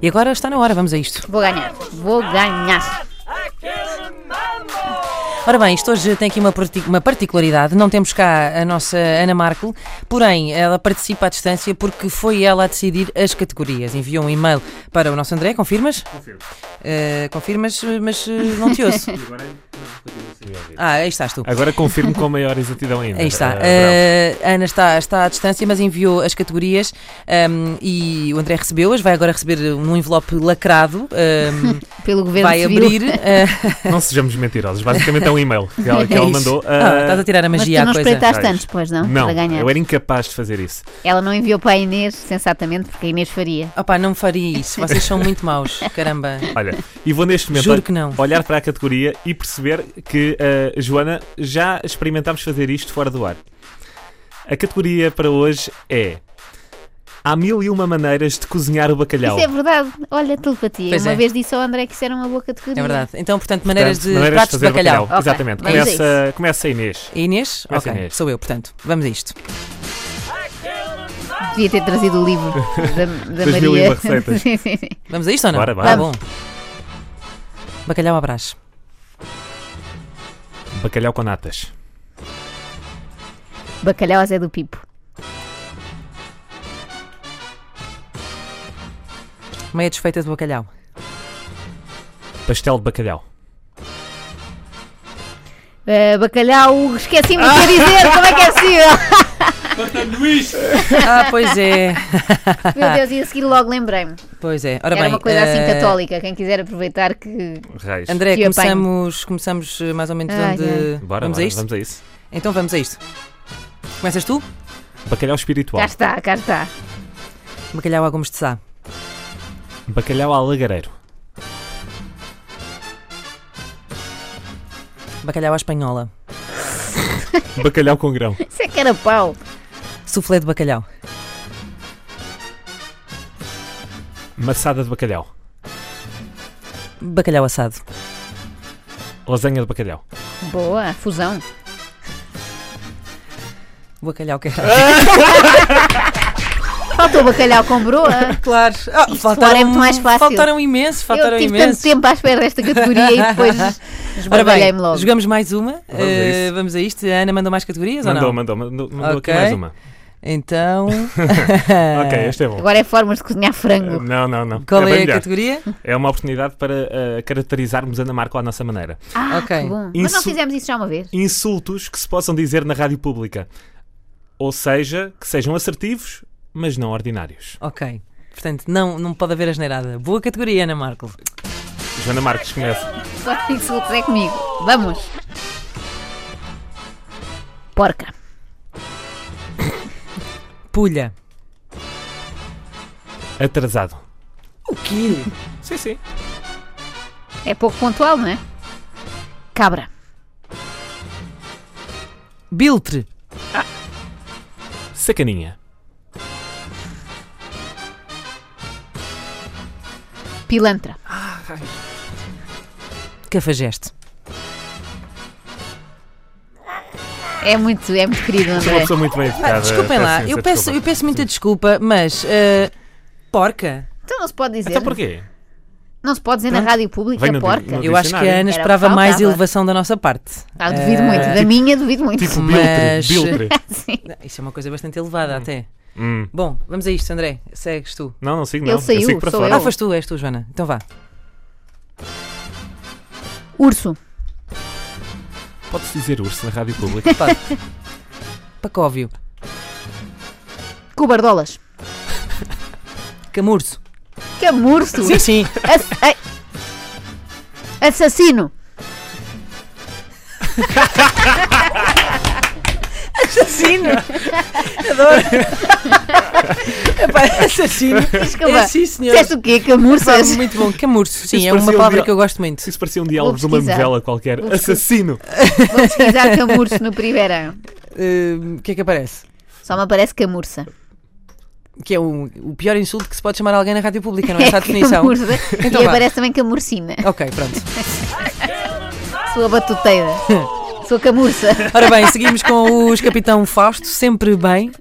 E agora está na hora, vamos a isto. Vou ganhar, vou ganhar. Ora bem, isto hoje tem aqui uma, parti- uma particularidade. Não temos cá a nossa Ana Marco, porém ela participa à distância porque foi ela a decidir as categorias. Enviou um e-mail para o nosso André, confirmas? Confirmo. Eh, confirmas, eh, mas eh, não te ouço. E agora é continuo sem ouvir. Ah, aí estás tu. Agora confirmo com maior exatidão ainda. Aí está. Ah, Eh, Ana está, está à distância, mas enviou as categorias ehm, e o André recebeu-as. Vai agora receber num envelope lacrado. ehm, Pelo governo vai civil. abrir. eh, bravo. Não sejamos mentirosos. Basicamente é um e-mail que ela, que É ela isso. mandou. ah, ah, estás a tirar a Mas tu magia não à coisa. espreitaste Ah, tantos, pois não? não, para ganhar. eu era incapaz de fazer isso. Ela não enviou para a Inês, sensatamente, porque a Inês faria. Opá, não faria isso, vocês são muito maus, caramba. Olha, e vou neste momento Juro que não. olhar para a categoria e perceber que, ah, Joana, já experimentámos fazer isto fora do ar. A categoria para hoje é. Há mil e uma maneiras de cozinhar o bacalhau. Isso é verdade. Olha, telepatia. Pois uma é. vez disse ao André que isso era uma boa categoria. É verdade. Então, portanto, maneiras Portanto, de pratos de fazer bacalhau. bacalhau. Ok, Exatamente. vamos a Começa, começa a Inês. Inês? Vai ser ok, Inês. sou eu, portanto, vamos a isto. Devia ter trazido o livro da, da Das mil e Maria. uma receitas. Sim, sim, sim. Vamos a isto ou não? Bora, bora. Tá bom. Bacalhau à brás. Bacalhau com natas. Bacalhau a Zé do Pipo. Meia desfeita de bacalhau. Pastel de bacalhau. Ah, bacalhau, esqueci-me de dizer, como é que é possível? Ah, pois é. Meu Deus, e a seguir logo lembrei-me. Pois é. Ora Era bem. uma coisa assim eh, católica, quem quiser aproveitar que. Reis. André, Que eu apanho. começamos, começamos eh, mais ou menos Ai, onde. ai. Bora, vamos bora, a isto? Vamos a isso. Então vamos a isto. Começas tu? Bacalhau espiritual. Cá está, cá está. Bacalhau a Gomes de Sá. Bacalhau à lagareiro. Bacalhau à Espanhola. Bacalhau com grão. Isso é que era pau. Soufflé de bacalhau. Maçada de bacalhau. Bacalhau assado. Lasanha de bacalhau. Boa, fusão. Bacalhau que é Ah, Faltou bacalhau com broa. Claro. Ah, Isto fora é muito mais fácil. Faltaram imenso, faltaram Eu tive tanto imenso. tempo à espera desta categoria e depois Ora bem, esbarbalhei-me logo. jogamos mais uma. Vamos a Eh, isso. vamos a isto. A Ana mandou mais categorias Mandou, ou não? mandou, mandou, mandou Ok. aqui mais uma. Então. Ok, este é bom. Agora é formas de cozinhar frango. Não, não, não. Ah. Qual bem é, a melhor. categoria? É uma oportunidade para ah, caracterizarmos Ana Marco à nossa maneira. Ah, ok. que bom. Mas não Isso- fizemos isso já uma vez. Insultos que se possam dizer na rádio pública. Ou seja, que sejam assertivos, mas não ordinários. Ok. Portanto, não, não pode haver asneirada. Boa categoria, Ana Marco. Joana Marques começa. Agora insultos é comigo. Vamos. Porca. Pulha. Atrasado. O quê? Sim, sim. É pouco pontual, não é? Cabra. Biltre. Sacaninha. Pilantra. Cafajeste. É muito, é muito querido, Sou uma André. pessoa muito bem educada. Ah, Desculpem lá, imensa eu peço, eu desculpa. peço muita desculpa, mas. eh, porca. Então não se pode dizer. Então porquê? Não se pode dizer na Pronto. rádio pública Venho de- porca. no Eu acho que a dicionário. Ana Era esperava faltava. mais elevação da nossa parte. Ah, Eh, duvido muito. Da minha, duvido muito. É, Tipo Mas- Biltre. Biltre. Sim. Isso é uma coisa bastante elevada, até. Hum. Bom, vamos a isto, André. Segues tu. Não, não sigo, não. Ele Eu saiu, sigo para sou fora. eu. Ah, foste tu, és tu, Joana. Então vá. Urso. Pode-se dizer urso na rádio pública. Pode. Pacóvio. Cobardolas. Camurso. é Camurso. Sim, sim. Ass- ai. Assassino. Assassino. Adoro. Epá, assassino. Desculpa. É, sim, senhor. Disseste o quê? Camurças? Pá, muito bom. Camurso. Sim, Isso é uma parecia um palavra dia- que eu gosto muito. Isso parecia um diálogo de uma pesquisar. novela qualquer. Vou pesquisar. Assassino! Vou pesquisar camurso no Primeirão. Uh, O que é que aparece? Só me aparece camurça. Que é o, o pior insulto que se pode chamar alguém na rádio pública, não é essa a definição? camurça. Então e vá. aparece também camurcina. Ok, pronto. Sou a batuteira. Sou camurça. Ora bem, seguimos com os Capitão Fausto, sempre bem.